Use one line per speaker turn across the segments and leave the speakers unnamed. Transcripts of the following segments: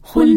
婚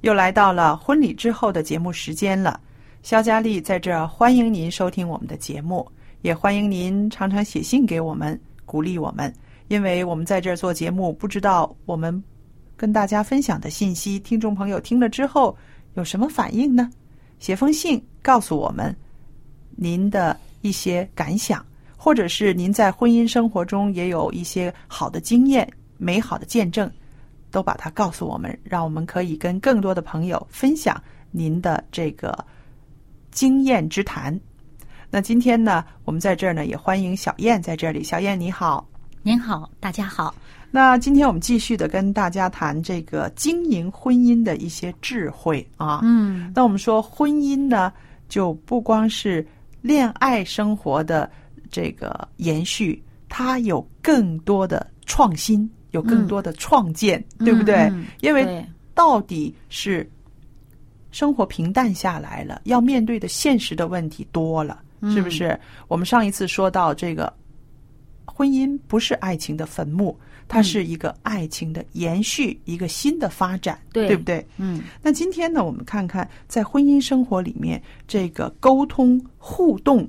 又来到了婚礼之后的节目时间了。肖佳丽在这儿欢迎您收听我们的节目，也欢迎您常常写信给我们，鼓励我们，因为我们在这儿做节目，不知道我们跟大家分享的信息，听众朋友听了之后有什么反应呢？写封信告诉我们您的一些感想，或者是您在婚姻生活中也有一些好的经验、美好的见证，都把它告诉我们，让我们可以跟更多的朋友分享您的这个经验之谈。那今天呢，我们在这儿呢，也欢迎小燕在这里。小燕你好，
您好，大家好。
那今天我们继续的跟大家谈这个经营婚姻的一些智慧啊。
嗯，
那我们说婚姻呢，就不光是恋爱生活的这个延续，它有更多的创新，有更多的创建，对不对？
嗯嗯
因为
对
到底是生活平淡下来了，要面对的现实的问题多了，
嗯
是不是？我们上一次说到这个，婚姻不是爱情的坟墓，
嗯
它是一个爱情的延续，一个新的发展，
对
不对？
嗯
那今天呢，我们看看在婚姻生活里面，这个沟通互动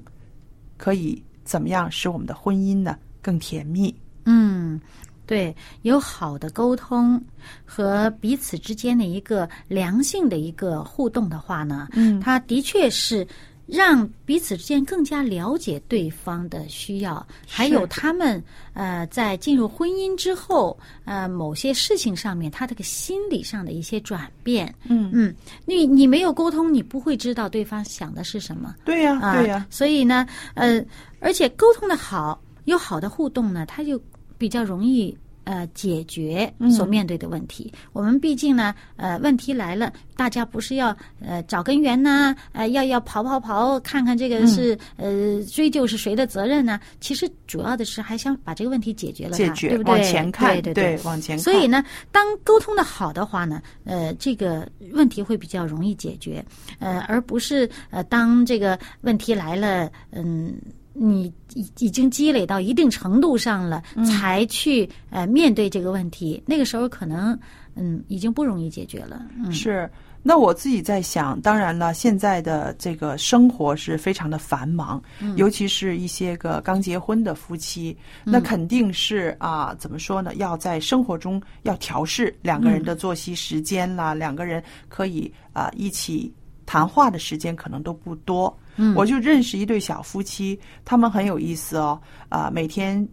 可以怎么样使我们的婚姻呢更甜蜜？
嗯，对，有好的沟通和彼此之间的一个良性的一个互动的话呢，
嗯
它的确是让彼此之间更加了解对方的需要，还有他们呃在进入婚姻之后，呃某些事情上面他这个心理上的一些转变。
嗯
嗯，你你没有沟通，你不会知道对方想的是什么。
对呀、
啊，
对呀、
所以呢，呃，而且沟通的好，有好的互动呢，它就比较容易呃解决
嗯
所面对的问题。我们毕竟呢，呃，问题来了，大家不是要呃找根源呐、呃，要要刨刨刨，看看这个
嗯
是、呃追究是谁的责任呢、其实主要的是还想把这个问题解决啊了它，
解决
对不对？
往前看，
对对。
往前看。
所以呢，当沟通的好的话呢，呃，这个问题会比较容易解决，呃，而不是呃，当这个问题来了，嗯。你已已经积累到一定程度上了，
嗯
才去呃面对这个问题，那个时候可能嗯已经不容易解决了。嗯
是，那我自己在想，当然了，现在的这个生活是非常的繁忙，尤其是一些个刚结婚的夫妻，那肯定是啊，怎么说呢？要在生活中要调试两个人的作息时间啦，两个人可以啊一起谈话的时间可能都不多。嗯，我就认识一对小夫妻，他们很有意思哦，啊，每天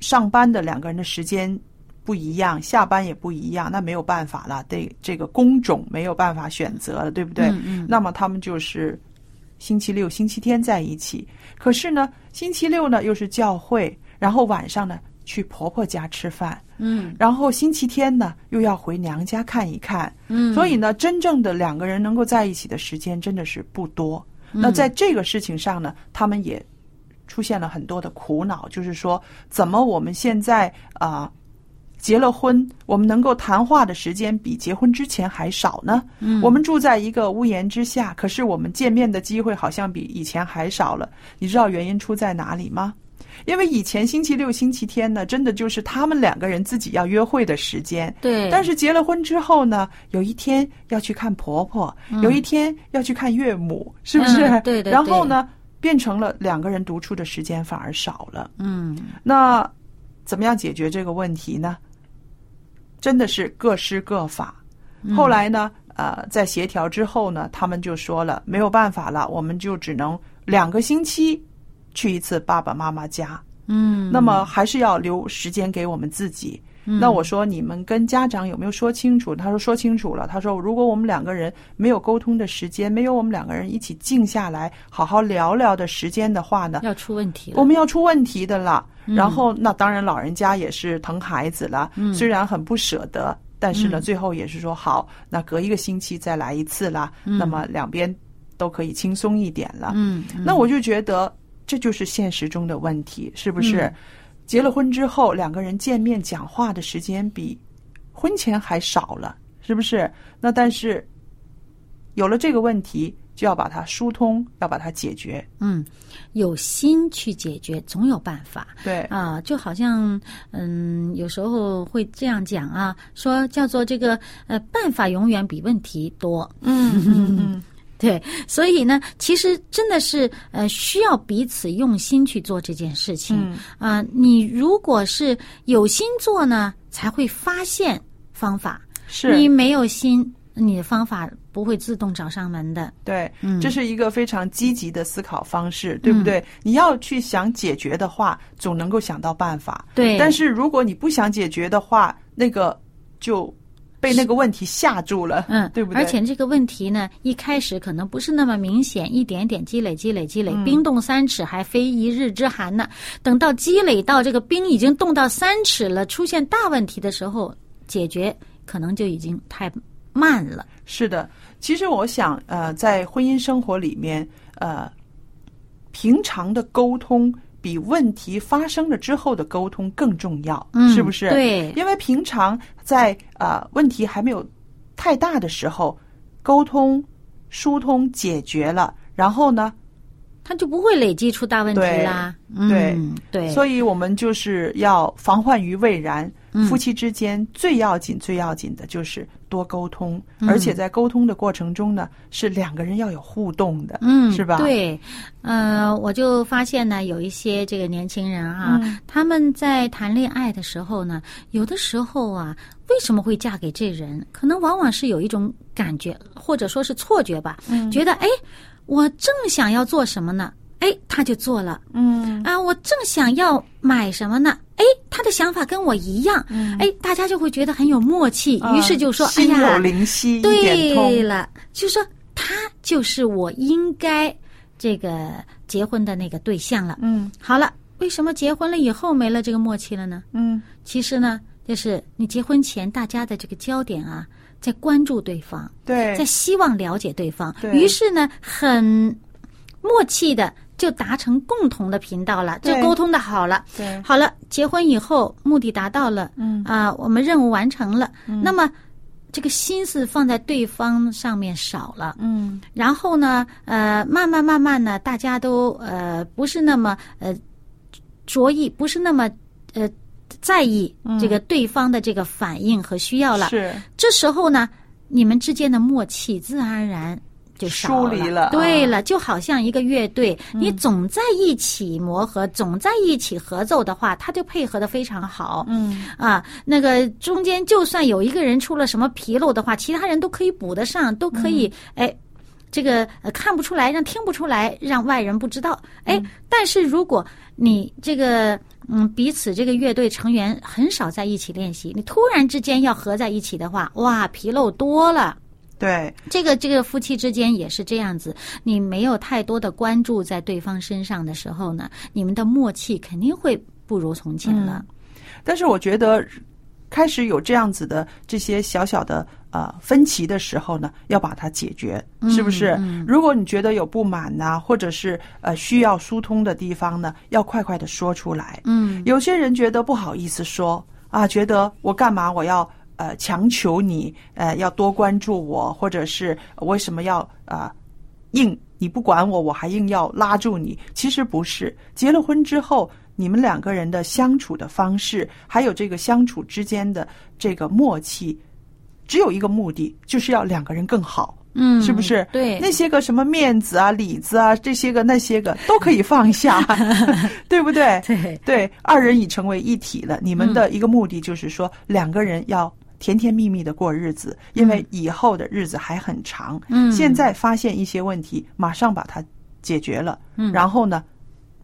上班的两个人的时间不一样，下班也不一样，那没有办法了，对这个工种没有办法选择了，对不对？
嗯嗯
那么他们就是星期六、星期天在一起，可是呢，星期六呢又是教会，然后晚上呢去婆婆家吃饭，
嗯
然后星期天呢又要回娘家看一看，
嗯，
所以呢，真正的两个人能够在一起的时间真的是不多。
嗯
那在这个事情上呢，他们也出现了很多的苦恼，就是说，怎么我们现在啊、结了婚，我们能够谈话的时间比结婚之前还少呢。
嗯
我们住在一个屋檐之下，可是我们见面的机会好像比以前还少了。你知道原因出在哪里吗？因为以前星期六、星期天呢，真的就是他们两个人自己要约会的时间。
对，
但
是
是结了婚之后呢，有一天要去看婆婆，有一天要去看岳母，是不是？
嗯对对
然后呢，变成了两个人独处的时间反而少了。
嗯，
那怎么样解决这个问题呢？真的是各施各法。
嗯
后来呢，呃，在协调之后呢，他们就说了，没有办法了，我们就只能两个星期去一次爸爸妈妈家。
嗯，
那么还是要留时间给我们自己。那我说你们跟家长有没有说清楚？他说说清楚了。他说如果我们两个人没有沟通的时间，没有我们两个人一起静下来好好聊聊的时间的话呢，
要出问题了，
我们要出问题的了。然后那当然老人家也是疼孩子了，虽然很不舍得，但是呢最后也是说好，那隔一个星期再来一次啦。那么两边都可以轻松一点了。
嗯，
那我就觉得这就是现实中的问题，是不
嗯
是？结了婚之后，两个人见面讲话的时间比婚前还少了，是不是？那但是有了这个问题，就要把它疏通，要把它解决。
嗯，有心去解决，总有办法。
对，
啊，就好像嗯，有时候会这样讲啊，说叫做这个呃，办法永远比问题多。
嗯嗯嗯，
对，所以呢，其实真的是呃，需要彼此用心去做这件事情
嗯
啊、你如果是有心做呢，才会发现方法；
是
你没有心，你的方法不会自动找上门的。
对，
嗯
这是一个非常积极的思考方式，对不对？你要去想解决的话，总能够想到办法。
对
但是如果你不想解决的话，那个就被那个问题吓住了，
嗯，
对不对？
而且这个问题呢，一开始可能不是那么明显，一点点积累、积累、积累，
嗯
冰冻三尺还非一日之寒呢。等到积累到这个冰已经冻到三尺了，出现大问题的时候，解决可能就已经太慢了。
是的，其实我想，呃，在婚姻生活里面，呃，平常的沟通比问题发生了之后的沟通更重要，
嗯，
是不是？
对，
因为平常在呃问题还没有太大的时候，沟通、疏通解决了，然后呢，
它就不会累积出大问题啦。
对
嗯、对，
所以我们就是要防患于未然。
嗯
夫妻之间最要紧、最要紧的就是多沟通，
嗯
而且在沟通的过程中呢，是两个人要有互动的，
嗯，
是吧？，
对，呃，我就发现呢，有一些这个年轻人啊，
嗯
他们在谈恋爱的时候呢，有的时候啊，为什么会嫁给这人？可能往往是有一种感觉，或者说是错觉吧，
嗯
觉得哎，我正想要做什么呢，哎，他就做了。
嗯，
啊，我正想要买什么呢？哎，他的想法跟我一样，哎，大家就会觉得很有默契，于是就说：“哎
嗯啊心
呀，
有灵犀一点
对
通，
了，就说他就是我应该这个结婚的那个对象了。
嗯
好了，为什么结婚了以后没了这个默契了呢？
嗯，
其实呢，就是你结婚前大家的这个焦点啊，在关注对方，
对
在，希望了解对方，
对
于是呢，很默契的就达成共同的频道了，就
对
沟通的好了。
对，
好了，结婚以后目的达到了，
嗯
啊、我们任务完成了，那么这个心思放在对方上面少了，
嗯
然后呢，呃，慢慢慢慢呢，大家都呃不是那么呃着意，不是那么呃在意这个对方的这个反应和需要了。
是，
这时候呢，你们之间的默契自然而然就少
疏离了嗯
对了，就好像一个乐队，你总在一起磨合，总在一起合奏的话，它就配合的非常好。
嗯
啊，那个中间就算有一个人出了什么纰漏的话，其他人都可以补得上，都可以、
嗯
哎。这个、呃、看不出来，让听不出来，让外人不知道。哎，
嗯
但是如果你这个嗯彼此这个乐队成员很少在一起练习，你突然之间要合在一起的话，哇，纰漏多了。
对，
这个这个夫妻之间也是这样子，你没有太多的关注在对方身上的时候呢，你们的默契肯定会不如从前
嗯
了。
但是我觉得，开始有这样子的这些小小的呃分歧的时候呢，要把它解决，是不是？如果你觉得有不满呐、或者是呃需要疏通的地方呢，要快快的说出来。
嗯
有些人觉得不好意思说。啊，觉得我干嘛我要呃强求你呃要多关注我，或者是呃为什么要啊、硬你不管我，我还硬要拉住你？其实不是，结了婚之后。你们两个人的相处的方式，还有这个相处之间的这个默契，只有一个目的，就是要两个人更好。
嗯，
是不是？
对，
那些个什么面子啊、里子啊，这些个那些个都可以放下， 对不对？
对，
对，二人已成为一体了。你
嗯
们的一个目的就是说，两个人要甜甜蜜蜜的过日子，因为以后的日子还很长。
嗯，
现在发现一些问题，马上把它解决了。
嗯
然后呢，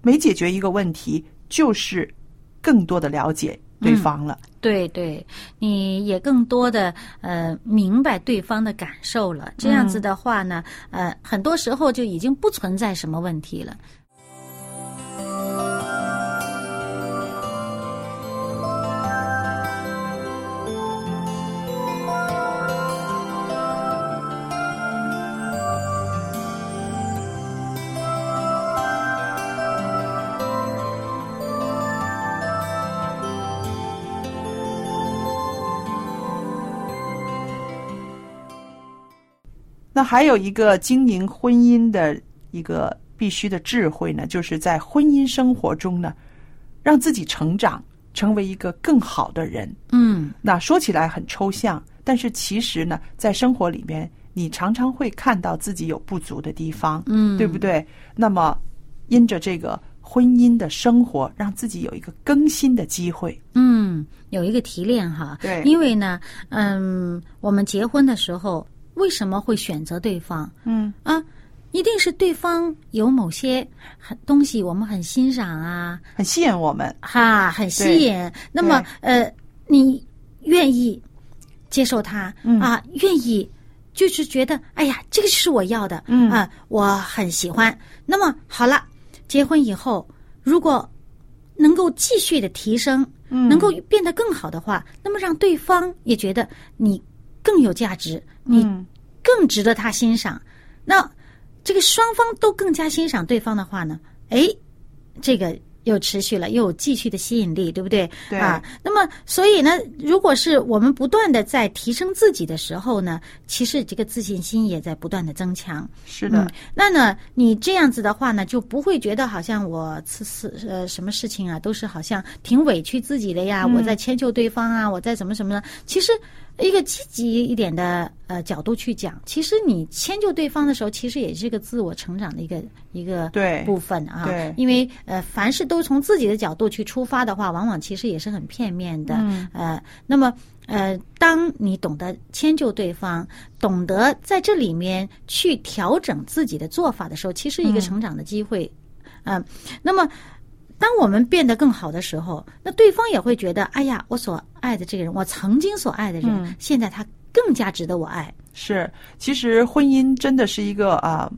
每解决一个问题，就是更多的了解对
嗯
方了。
对对，你也更多的呃明白对方的感受了。这样子的话呢，
嗯
呃，很多时候就已经不存在什么问题了。
那还有一个经营婚姻的一个必须的智慧呢，就是在婚姻生活中呢，让自己成长，成为一个更好的人。
嗯
那说起来很抽象，但是其实呢，在生活里面，你常常会看到自己有不足的地方，
嗯，
对不对？那么，因着这个婚姻的生活，让自己有一个更新的机会。
嗯，有一个提炼哈，
对
因为呢，嗯，我们结婚的时候为什么会选择对方
嗯
啊？一定是对方有某些很东西我们很欣赏啊，
很吸引我们。
哈，很吸引。那么，呃，你愿意接受他、
嗯
啊？愿意，就是觉得，哎呀，这个是我要的，
嗯
啊，我很喜欢。那么好了，结婚以后，如果能够继续的提升，
嗯
能够变得更好的话，那么让对方也觉得你更有价值，你
嗯
更值得他欣赏。那这个双方都更加欣赏对方的话呢，哎，这个又持续了，又有继续的吸引力，对不对？
对
啊，那么所以呢，如果是我们不断的在提升自己的时候呢，其实这个自信心也在不断的增强。
是的，
嗯那呢，你这样子的话呢，就不会觉得好像我次次呃什么事情啊，都是好像挺委屈自己的呀，我在迁就对方啊，我在怎么什么的。其实一个积极一点的呃角度去讲，其实你迁就对方的时候，其实也是一个自我成长的一个一个
对
部分啊。
对
因为呃，凡事都从自己的角度去出发的话，往往其实也是很片面的。
嗯
呃，那么呃，当你懂得迁就对方，懂得在这里面去调整自己的做法的时候，其实一个成长的机会。嗯、那么。当我们变得更好的时候，那对方也会觉得，哎呀，我所爱的这个人，我曾经所爱的人，
嗯
现在他更加值得我爱。
是。其实婚姻真的是一个啊、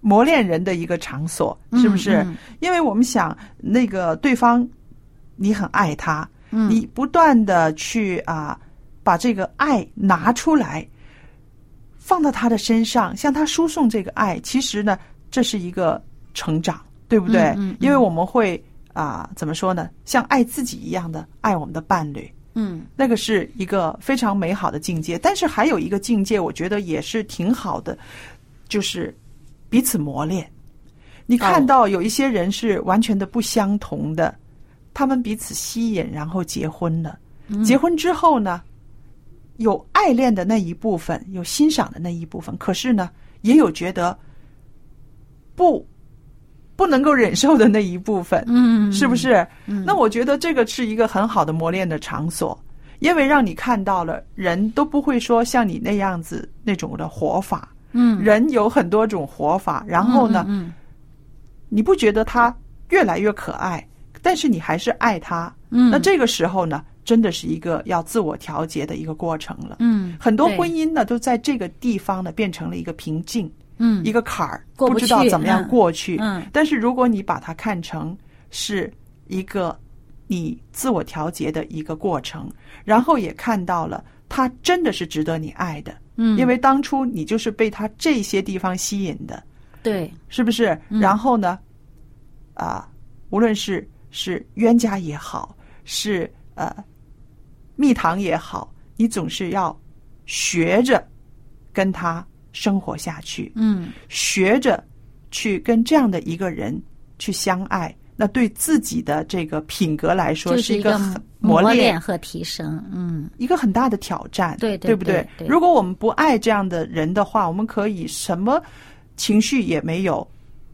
磨练人的一个场所，是不是？
嗯
因为我们想那个对方，你很爱他，
嗯
你不断的去啊，把这个爱拿出来，放到他的身上，向他输送这个爱。其实呢，这是一个成长，对不对？
嗯嗯嗯
因为我们会啊，怎么说呢？像爱自己一样的爱我们的伴侣，
嗯
那个是一个非常美好的境界。但是还有一个境界，我觉得也是挺好的，就是彼此磨练。你看到有一些人是完全的不相同的，他们彼此吸引，然后结婚了。结婚之后呢，有爱恋的那一部分，有欣赏的那一部分，可是呢，也有觉得不不能够忍受的那一部分。
嗯，
是不是？那我觉得这个是一个很好的磨练的场所，因为让你看到了人都不会说像你那样子那种的活法，
嗯，
人有很多种活法，然后呢，
嗯，
你不觉得他越来越可爱，但是你还是爱他，
嗯，
那这个时候呢，真的是一个要自我调节的一个过程了。
嗯，
很多
对
婚姻呢，都在这个地方呢变成了一个瓶颈，
嗯
一个坎儿，
过不
不知道
去
怎么样
嗯
过去。
嗯
但是如果你把它看成是一个你自我调节的一个过程，然后也看到了他真的是值得你爱的，
嗯，
因为当初你就是被他这些地方吸引的，
对，
是不是？
嗯
然后呢，啊，无论是是冤家也好，是呃蜜糖也好，你总是要学着跟他生活下去，
嗯
学着去跟这样的一个人去相爱。那对自己的这个品格来说，
就是
一
一个
很
磨
磨练
练和提升，嗯
一个很大的挑战，
对对
不
对对
如果我们不爱这样的人的话，我们可以什么情绪也没有，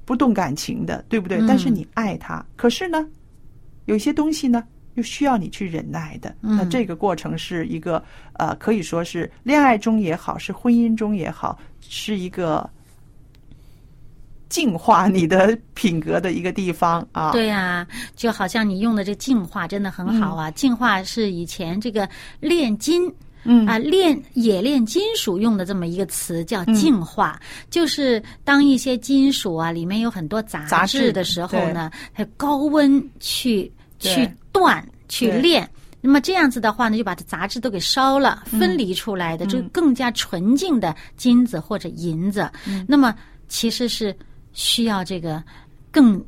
不动感情的，对不对？
嗯
但是你爱他，可是呢，有一些东西呢，又需要你去忍耐的。
嗯
那这个过程是一个呃，可以说是恋爱中也好，是婚姻中也好，是一个净化你的品格的一个地方啊。
对呀、就好像你用的这净化真的很好啊！净化是以前这个炼金，
嗯
啊炼冶炼金属用的这么一个词叫
嗯
净化，就是当一些金属啊里面有很多
杂
杂
质
质的时候呢，它高温去去断去
对
炼。那么这样子的话呢，就把这杂质都给烧了，
嗯
分离出来的、就更加纯净的金子或者银子。
嗯
那么其实是需要这个更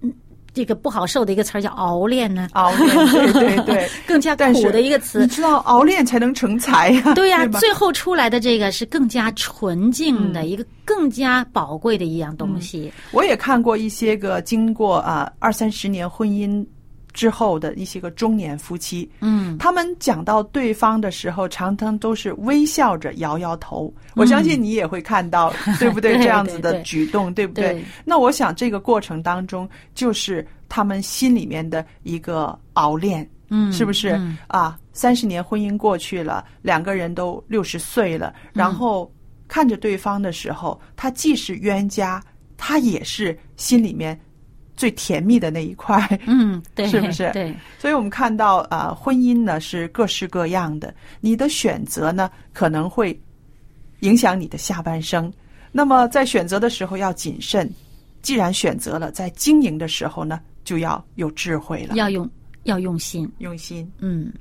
嗯这个不好受的一个词儿叫熬炼呢，
熬炼，对对 对，
更加
但是
苦的一个词
你。知道熬炼才能成才呀、
对呀、
吧嗯
最后出来的这个是更加纯净的、一个更加宝贵的一样东西。
我也看过一些个经过啊二三十年婚姻之后的一些个中年夫妻，
嗯，
他们讲到对方的时候，常常都是微笑着摇摇头。我相信你也会看到，对不对？
嗯 对
这样子的
对对
举动，对不
对
那我想这个过程当中，就是他们心里面的一个熬炼。
嗯
是不是、
嗯
啊？三十年婚姻过去了，两个人都六十岁了，
嗯
然后看着对方的时候，他既是冤家，他也是心里面最甜蜜的那一块。
嗯，对，
是不是
对，
所以我们看到啊、呃婚姻呢是各式各样的，你的选择呢可能会影响你的下半生。那么在选择的时候要谨慎，既然选择了，在经营的时候呢就要有智慧了，
要用要用心。
用心。
嗯，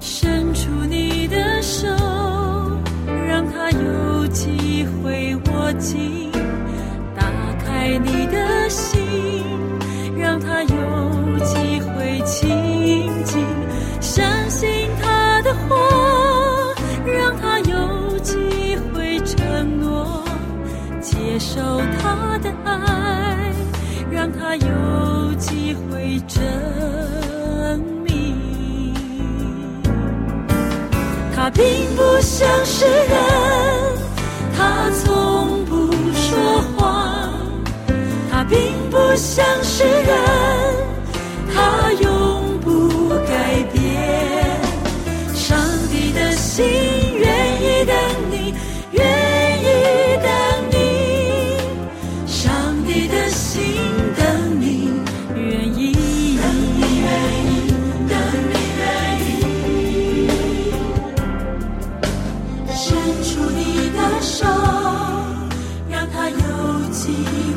伸出你的手，让它有机会握紧；打开你的心，让它有机会亲近；相信他的话，让他有机会承诺；接受他的爱，让他有机会证明。他并不像是人，他从不说谎，他并不像是人，他永不改变。上帝的心愿意等你，愿意等你，上帝的心等你，愿意。等你愿意，等你愿意。伸出你的手，让它有机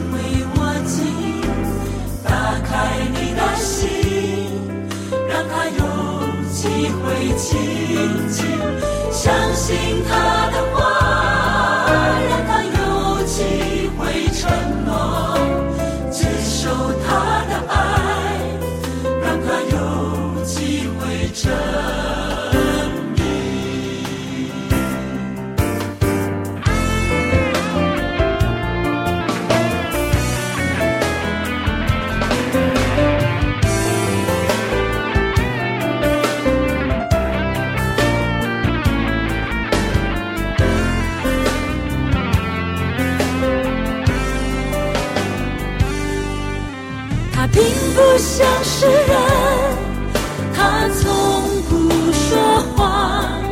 会握紧；打开你的心，让它有机会亲近；相信他的话，让它有机会承诺；接受他的爱，让它有机会证明。他并不像是人，他从不说谎，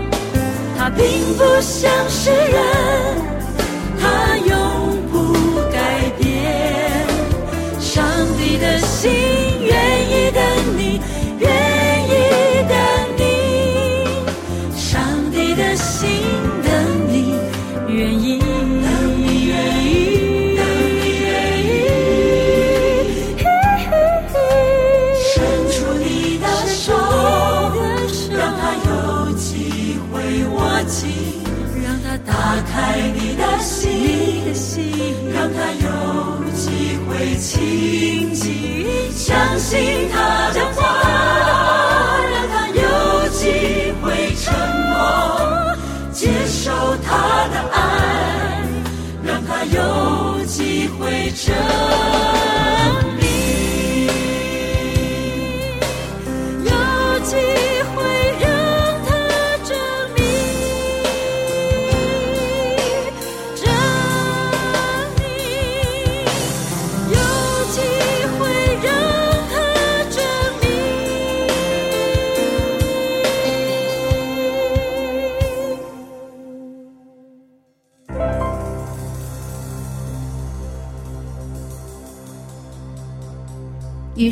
他并不像是人，他永不改变。上帝的心愿意等你，愿意等心等你愿意。等你愿意，等你愿意，伸出你的手，让它有机会握紧，让它打开你的心，让它有机会亲近，相信它的话，让它有机会沉默，接受它的爱，让它有机会证明。有机会让他证明，证明，有机会让他证明。
与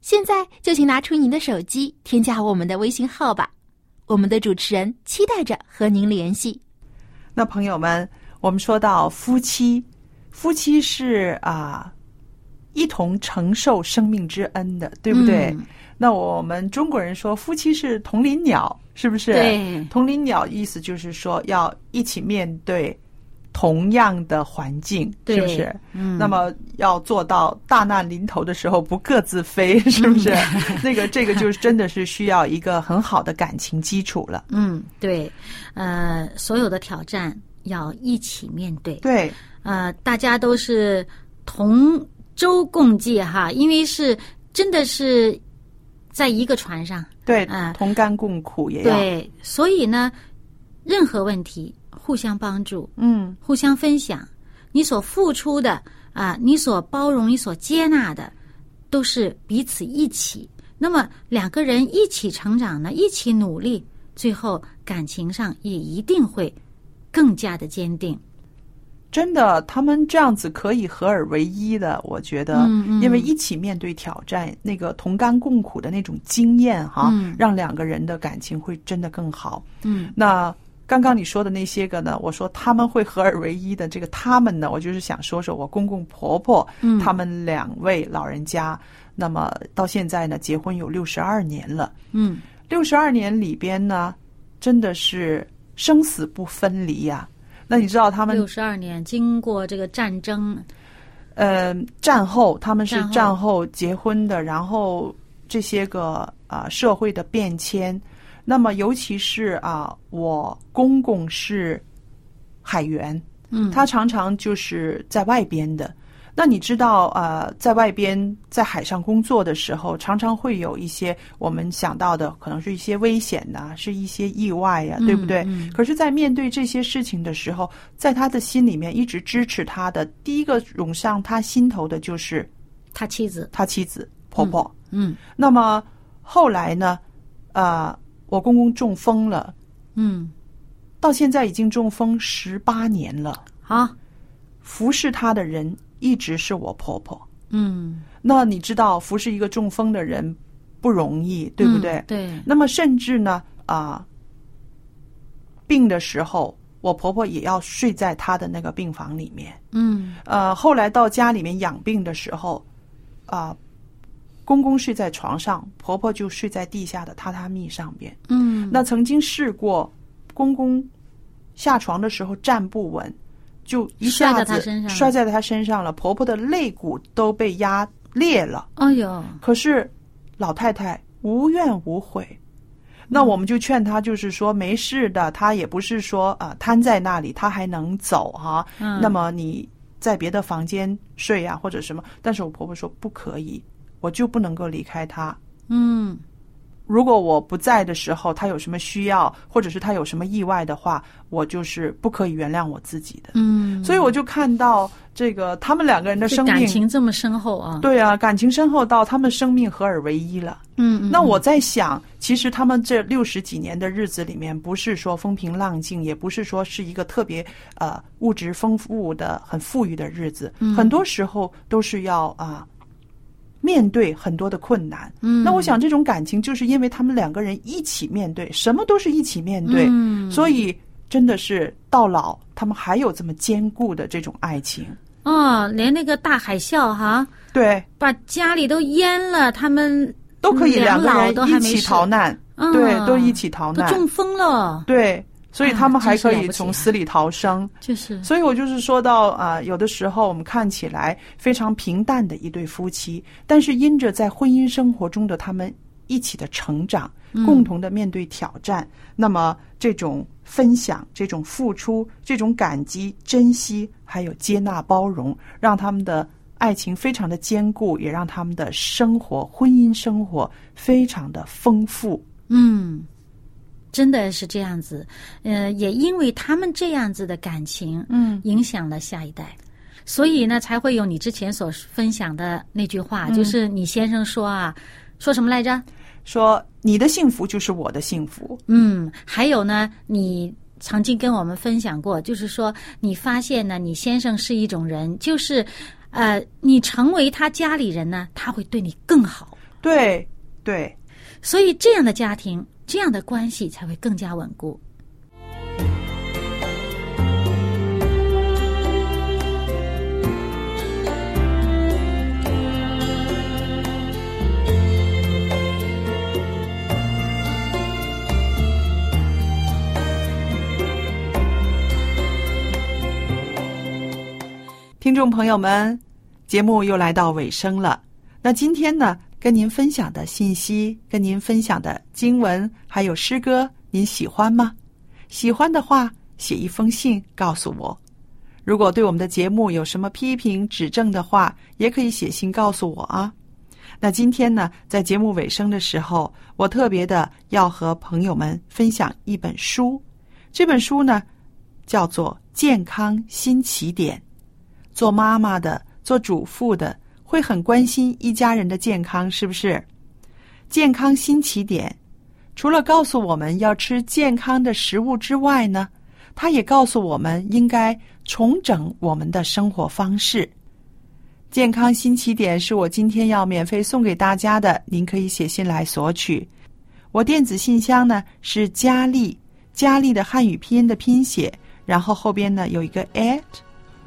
现在就请拿出您的手机，添加我们的微信号吧。我们的主持人期待着和您联系。
那朋友们，我们说到夫妻，夫妻是啊，一同承受生命之恩的，对不对？
嗯
那我们中国人说夫妻是同林鸟，是不是？
对
同林鸟意思就是说要一起面对同样的环境，
对
是不是？
嗯
那么要做到大难临头的时候不各自飞，是不是？
嗯
那个这个就是真的是需要一个很好的感情基础了。
嗯，对，呃，所有的挑战要一起面对。
对，
呃，大家都是同舟共济哈，因为是真的是在一个船上，
对，
啊
同甘共苦也要。
对，所以呢，任何问题互相帮助，
嗯，
互相分享，你所付出的啊、你所包容、你所接纳的，都是彼此一起。那么两个人一起成长呢，一起努力，最后感情上也一定会更加的坚定。
真的，他们这样子可以合而为一的，我觉得，
嗯嗯
因为一起面对挑战，那个同甘共苦的那种经验哈，
嗯
让两个人的感情会真的更好。
嗯
那刚刚你说的那些个呢？我说他们会合二为一的，这个他们呢，我就是想说说我公公婆婆，
嗯
他们两位老人家，那么到现在呢，结婚有六十二年了。
嗯，
六十二年里边呢，真的是生死不分离呀、那你知道他
六
们
十二年经过这个战争，
呃战后他们是
战后
战后结婚的，然后这些个啊、社会的变迁，那么尤其是啊我公公是海员，
嗯，
他常常就是在外边的。那你知道，呃，在外边在海上工作的时候，常常会有一些我们想到的，可能是一些危险呐、是一些意外呀、
嗯
对不对？
嗯
可是，在面对这些事情的时候，在他的心里面一直支持他的，第一个涌上他心头的就是
他妻子，
他妻子婆婆。
嗯
那么后来呢，呃，我公公中风了，
嗯，
到现在已经中风十八年了。
好，
服侍她的人一直是我婆婆。
嗯，
那你知道，服侍一个中风的人不容易，对不对？
嗯对，
那么甚至呢，啊、病的时候，我婆婆也要睡在她的那个病房里面。
嗯
呃，后来到家里面养病的时候，啊、公公睡在床上，婆婆就睡在地下的榻榻米上边。
嗯，
那曾经试过，公公下床的时候站不稳，就一
摔
下
在
子
他身上了
摔在他身上了，婆婆的肋骨都被压裂了。
哎呦，
可是老太太无怨无悔。那我们就劝她，就是说没事的，她也不是说啊、瘫在那里，她还能走哈、
嗯
那么你在别的房间睡啊呀、或者什么，但是我婆婆说不可以，我就不能够离开她。
嗯
如果我不在的时候，他有什么需要，或者是他有什么意外的话，我就是不可以原谅我自己的。
嗯，
所以我就看到这个他们两个人的
这
生
感
命，
情这么深厚啊，
对啊，感情深厚到他们生命合而为一了。
嗯，嗯
那我在想，其实他们这六十几年的日子里面，不是说风平浪静，也不是说是一个特别呃物质丰富的、很富裕的日子，
嗯
很多时候都是要啊、面对很多的困难。
嗯
那我想，这种感情就是因为他们两个人一起面对，什么都是一起面对，
嗯
所以真的是到老，他们还有这么坚固的这种爱情。
哦，连那个大海啸哈，
对，
把家里都淹了，他们
都可以两
嗯两
个
老
人
都还
一
没
起
事
逃难，
嗯
对，都一起逃
都
难，
中风了，
对，所以他们
啊真
还
是
可
了
以
不起
从
啊
死里逃生。
就是
所以我就是说到啊、有的时候我们看起来非常平淡的一对夫妻，但是因着在婚姻生活中的他们一起的成长，共同的面对挑战，那么这种分享、这种付出、这种感激、珍惜，还有接纳、包容，让他们的。爱情非常的坚固，也让他们的生活、婚姻生活非常的丰富。
嗯，真的是这样子。呃，也因为他们这样子的感情，
嗯，
影响了下一代，所以呢，才会有你之前所分享的那句话，就是你先生说啊，说什么来着？
说你的幸福就是我的幸福，
嗯，还有呢，你曾经跟我们分享过，就是说你发现呢，你先生是一种人，就是，呃，你成为他家里人呢，他会对你更好，
对对，
所以这样的家庭，这样的关系才会更加稳固。
听众朋友们，节目又来到尾声了。那今天呢，跟您分享的信息，跟您分享的经文，还有诗歌，您喜欢吗？喜欢的话，写一封信告诉我。如果对我们的节目有什么批评指正的话，也可以写信告诉我啊。那今天呢，在节目尾声的时候，我特别的要和朋友们分享一本书，这本书呢叫做《健康新起点》。做妈妈的、做主妇的，会很关心一家人的健康，是不是？健康新起点，除了告诉我们要吃健康的食物之外呢，它也告诉我们应该重整我们的生活方式。健康新起点是我今天要免费送给大家的，您可以写信来索取。我电子信箱呢是佳丽，佳丽的汉语拼音的拼写，然后后边呢有一个 at。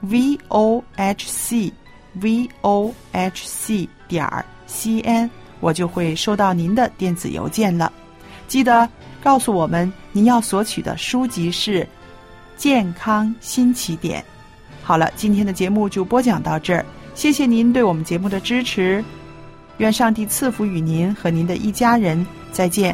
v o h c v o h c 点儿 c n，我就会收到您的电子邮件了。记得告诉我们您要索取的书籍是《健康新起点》。好了，今天的节目就播讲到这儿，谢谢您对我们节目的支持，愿上帝赐福与您和您的一家人，再见。